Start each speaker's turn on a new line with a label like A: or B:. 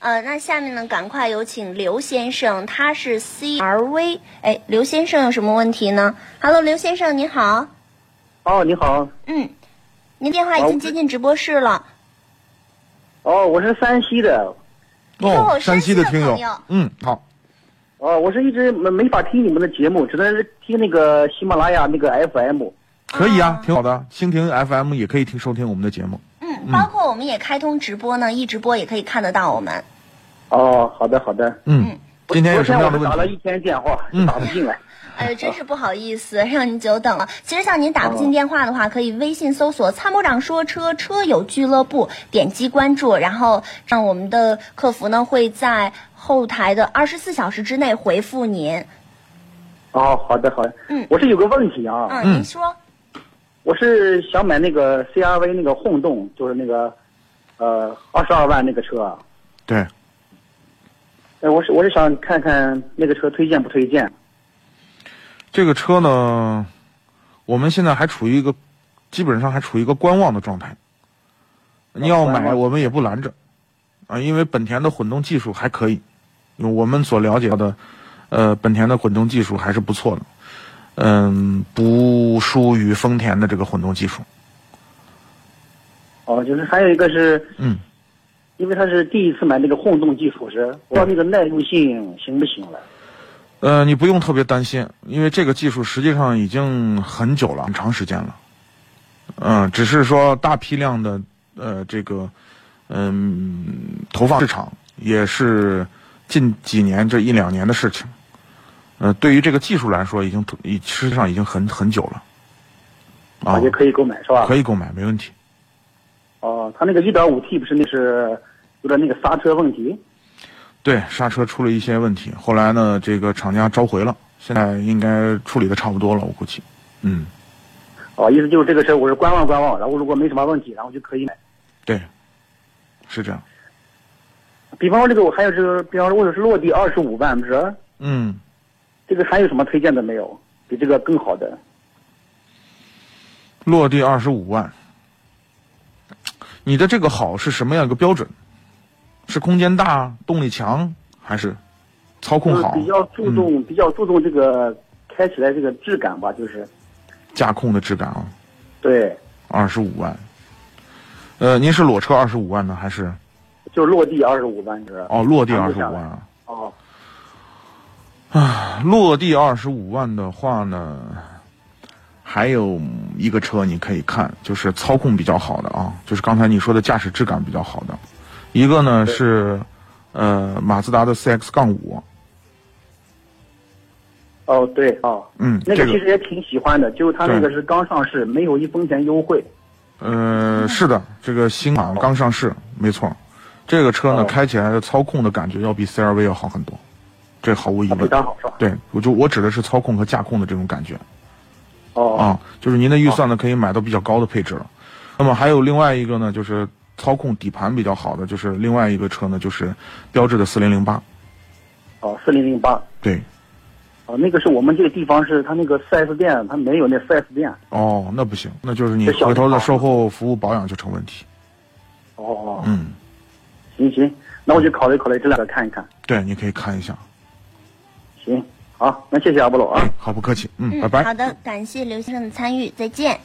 A: 呃，那下面呢，赶快有请刘先生，他是 CRV。哎，刘先生有什么问题呢？Hello，刘先生您好，
B: 哦，你好，
A: 嗯，您电话已经接进直播室了。嗯
B: 哦，我是山西的，
A: 哟
C: 哦，山西的听
A: 山
C: 友
A: 西的朋友，
C: 嗯，好，
B: 哦，我是一直没没法听你们的节目，只能是听那个喜马拉雅那个 FM。
C: 可以啊
A: 啊，
C: 挺好的。蜻蜓 FM 也可以听收听我们的节目。
A: 嗯，包括我们也开通直播呢，一直播也可以看得到我们。
B: 哦，好的好的。
C: 嗯，今天有什么样的
B: 昨天我是打了
C: 问题？
B: 一天电话，
C: 嗯
B: 打不进来。
A: 哎呦，真是不好意思，让您久等了。其实像您打不进电话的话，可以微信搜索“参谋长说车车友俱乐部”，点击关注，然后让我们的客服呢会在后台的二十四小时之内回复您。
B: 哦，好的好的。
A: 嗯
B: 我是有个问题啊，
A: 嗯，您说，
B: 我是想买那个 CRV 那个混动，就是那个，呃，二十二万那个车啊。
C: 对，
B: 呃，我是我是想看看那个车推荐不推荐。
C: 这个车呢，我们现在还处于一个基本上还处于一个观望的状态。你要
B: 观
C: 买，
B: 望
C: 我们也不拦着啊，因为本田的混动技术还可以，因为我们所了解到的，呃，本田的混动技术还是不错的，嗯，不输于丰田的这个混动技术。
B: 哦，就是还有一个是
C: 嗯，
B: 因为他是第一次买那个混动技术时，不知道那个耐用性行不行了。
C: 呃，你不用特别担心，因为这个技术实际上已经很久了，很长时间了。嗯、只是说大批量的呃这个嗯、投放市场也是近几年这一两年的事情。呃，对于这个技术来说，已经已实际上已经很很久了。啊
B: 啊，，也可以购买是吧？
C: 可
B: 以。
C: 以购买，没问题。
B: 哦，他那个一点五 T 不是那是有点那个刹车问题。
C: 对，刹车出了一些问题，后来呢，这个厂家召回了，现在应该处理的差不多了，我估计。嗯，
B: 哦，意思就是这个车我是观望观望，然后如果没什么问题，然后就可以买。
C: 对，是这样。
B: 比方说这个我还有这个，比方说我是落地二十五万，不是？
C: 嗯。
B: 这个还有什么推荐的没有？比这个更好的？
C: 落地二十五万，你的这个好是什么样一个标准？是空间大、动力强，还是操控
B: 就是
C: 好、
B: 比较注重、比较注重这个开起来这个质感吧，就是
C: 驾控的质感啊？
B: 对，
C: 二十五万，呃，您是裸车二十五万呢，还是
B: 就是落地二十五万，就是
C: 哦落地
B: 看
C: 二
B: 不
C: 十五
B: 下来
C: 万啊？
B: 哦
C: 落地二十五万的话呢，还有一个车你可以看，就是操控比较好的啊，就是刚才你说的驾驶质感比较好的。一个呢
B: 对
C: 是，呃，马自达的 CX 杠五，
B: 哦对哦，
C: 嗯，
B: 那
C: 这
B: 个其实也挺喜欢的，就是它那个是刚上市，没有一分钱优惠。嗯
C: 呃，是的，这个新款刚上市，没错。这个车呢，
B: 哦
C: 开起来的操控的感觉要比 CRV 要好很多，这毫无疑
B: 啊，比
C: 问。
B: 它好是吧？
C: 对，我就我指的是操控和驾控的这种感觉
B: 哦
C: 啊，就是您的预算呢可以买到比较高的配置了。那么还有另外一个呢，就是操控底盘比较好的，就是另外一个车呢，就是标致的四零零八。
B: 哦，四零零八
C: 对，
B: 哦，那个是我们这个地方是它那个 4S 店，它没有那 4S 店。
C: 哦，那不行，那就是你
B: 这小
C: 回头的
B: 地方
C: 售后服务保养就成问题。
B: 哦哦，
C: 嗯，
B: 行行，那我就考虑考虑这两个看一看。
C: 对，你可以看一下。
B: 行，好，那谢谢阿波罗啊。
C: 哎，好，不客气。嗯，
A: 嗯，
C: 拜拜。
A: 好的，感谢刘先生的参与，再见。